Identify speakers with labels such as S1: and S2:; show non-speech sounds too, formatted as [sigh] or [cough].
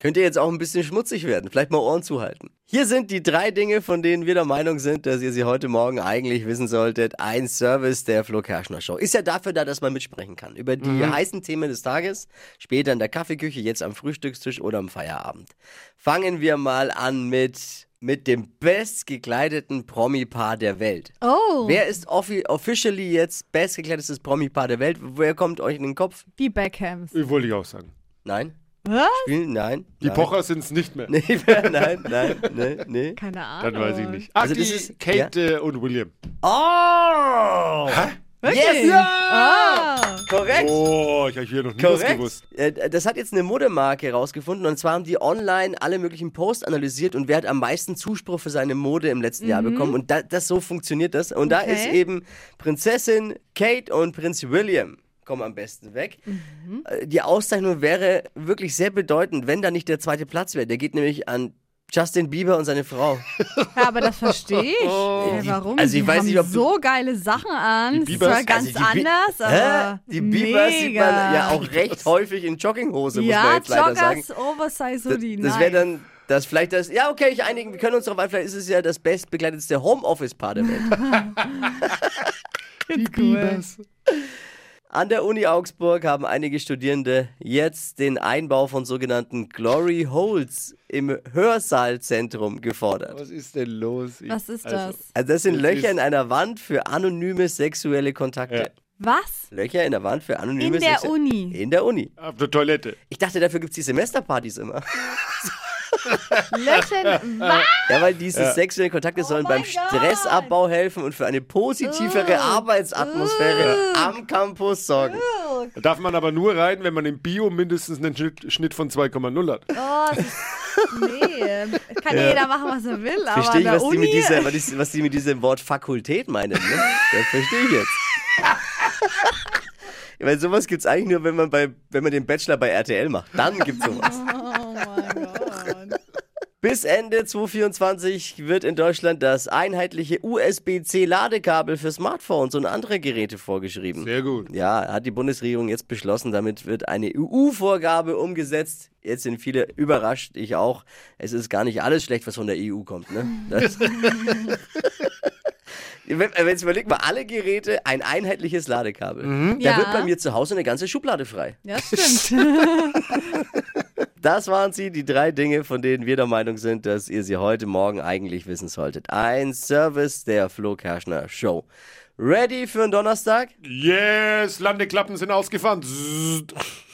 S1: Könnte jetzt auch ein bisschen schmutzig werden. Vielleicht mal Ohren zuhalten. Hier sind die drei Dinge, von denen wir der Meinung sind, dass ihr sie heute Morgen eigentlich wissen solltet. Ein Service der Flo Kerschner Show. Ist ja dafür da, dass man mitsprechen kann. Über die
S2: Mhm.
S1: heißen Themen des Tages. Später in der Kaffeeküche, jetzt am Frühstückstisch oder am Feierabend. Fangen wir mal an mit, mit dem bestgekleideten Promi-Paar der Welt.
S2: Oh,
S1: Wer ist offi officially jetzt bestgekleidetes Promi-Paar der Welt? Wer kommt euch in den Kopf?
S2: die Beckhams.
S3: Wollte ich auch sagen.
S1: Nein.
S2: Was?
S1: Spielen? Nein.
S3: Die
S1: nein.
S3: Pocher sind es nicht
S1: [laughs]
S3: mehr.
S1: Nee, nein, nein, nee, nee.
S2: Keine Ahnung.
S3: Dann weiß ich nicht. Ach,
S1: Also
S3: die
S1: das ist-
S3: Kate
S1: ja.
S3: äh, und William.
S1: Oh!
S2: Wirklich?
S1: Yes!
S2: Ja!
S1: Korrekt!
S3: Oh, ich habe hier noch nie was gewusst.
S1: Korrekt. Äh, Das hat jetzt eine Modemarke rausgefunden und zwar haben die online alle möglichen Posts analysiert und wer hat am meisten Zuspruch für seine Mode im letzten Jahr bekommen und da, das so funktioniert das und da
S2: Okay.
S1: ist eben Prinzessin Kate und Prinz William kommen am besten weg. Äh, Die Auszeichnung wäre wirklich sehr bedeutend, wenn da nicht der zweite Platz wäre. Der geht nämlich an Justin Bieber und seine Frau.
S2: Ja, aber das verstehe
S1: [laughs]
S2: ich. Ey, warum?
S1: Also ich
S2: die
S1: weiß
S2: haben
S1: nicht, ob-
S2: so geile Sachen an.
S3: Die
S2: Das ist
S3: Biebers-
S2: zwar ganz
S1: Also die Bi-
S2: anders, aber
S1: Hä? Die Biebers
S2: mega.
S1: sieht man ja auch
S2: [laughs]
S1: recht häufig in Jogginghose, muss man
S2: Ja,
S1: jetzt leider sagen.
S2: Joggers, Oversize Hoodie.
S1: Das wäre dann das vielleicht das. Ja, okay, ich einigen, wir können uns darauf ein, vielleicht ist es ja das bestbegleitetste Homeoffice-Paar der
S2: [laughs]
S1: Welt.
S2: cool.
S3: Die Biebers.
S1: An der Uni Augsburg haben einige Studierende jetzt den Einbau von sogenannten Glory Holes im Hörsaalzentrum gefordert.
S3: Was ist denn los? Ich-
S2: Was ist
S3: also,
S2: das?
S1: Also das sind
S3: Das
S1: Löcher
S3: ist-
S1: in einer Wand für anonyme sexuelle Kontakte.
S2: Was?
S1: Löcher in der Wand für anonyme
S2: In der
S1: sexuelle
S2: Uni?
S1: In der Uni.
S3: Auf der Toilette.
S1: Ich dachte, dafür gibt es die Semesterpartys immer. [laughs]
S2: Löchern? Was?
S1: Ja, weil diese sexuellen Kontakte sollen beim
S2: Oh mein Gott.
S1: Stressabbau helfen und für eine positivere
S2: Uh.
S1: Arbeitsatmosphäre am Campus sorgen.
S3: Da darf man aber nur rein, wenn man im Bio mindestens einen Schnitt, Schnitt von 2,0 hat.
S2: Oh, das ist, nee. Kann ja. jeder machen, was er will, aber
S1: Verstehe ich,
S2: an der
S1: was die,
S2: Uni...
S1: mit dieser, was, die, was die mit diesem Wort Fakultät meinen. Ne? Das verstehe ich jetzt. Weil sowas gibt es eigentlich nur, wenn man, bei, wenn man den Bachelor bei RTL macht. Dann gibt es
S2: [laughs]
S1: sowas.
S2: oh mein Gott.
S1: Bis Ende 2024 wird in Deutschland das einheitliche USB-C-Ladekabel für Smartphones und andere Geräte vorgeschrieben.
S3: Sehr gut.
S1: Ja, hat die Bundesregierung jetzt beschlossen. Damit wird eine EU-Vorgabe umgesetzt. Jetzt sind viele überrascht, ich auch. Es ist gar nicht alles schlecht, was von der EU kommt. Ne? Das Wenn jetzt überlegt mal, alle Geräte ein einheitliches Ladekabel. Da
S2: Ja.
S1: wird bei mir zu Hause eine ganze Schublade frei.
S2: Ja, stimmt.
S1: Das waren sie, die drei Dinge, von denen wir der Meinung sind, dass ihr sie heute Morgen eigentlich wissen solltet. Ein Service der Flo Kerschner Show. Ready für einen Donnerstag?
S3: Yes, Landeklappen sind ausgefahren. Zzzzt.